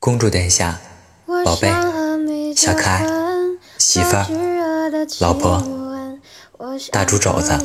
公主殿下，宝贝，小可爱，媳妇儿，老婆，大猪肘子。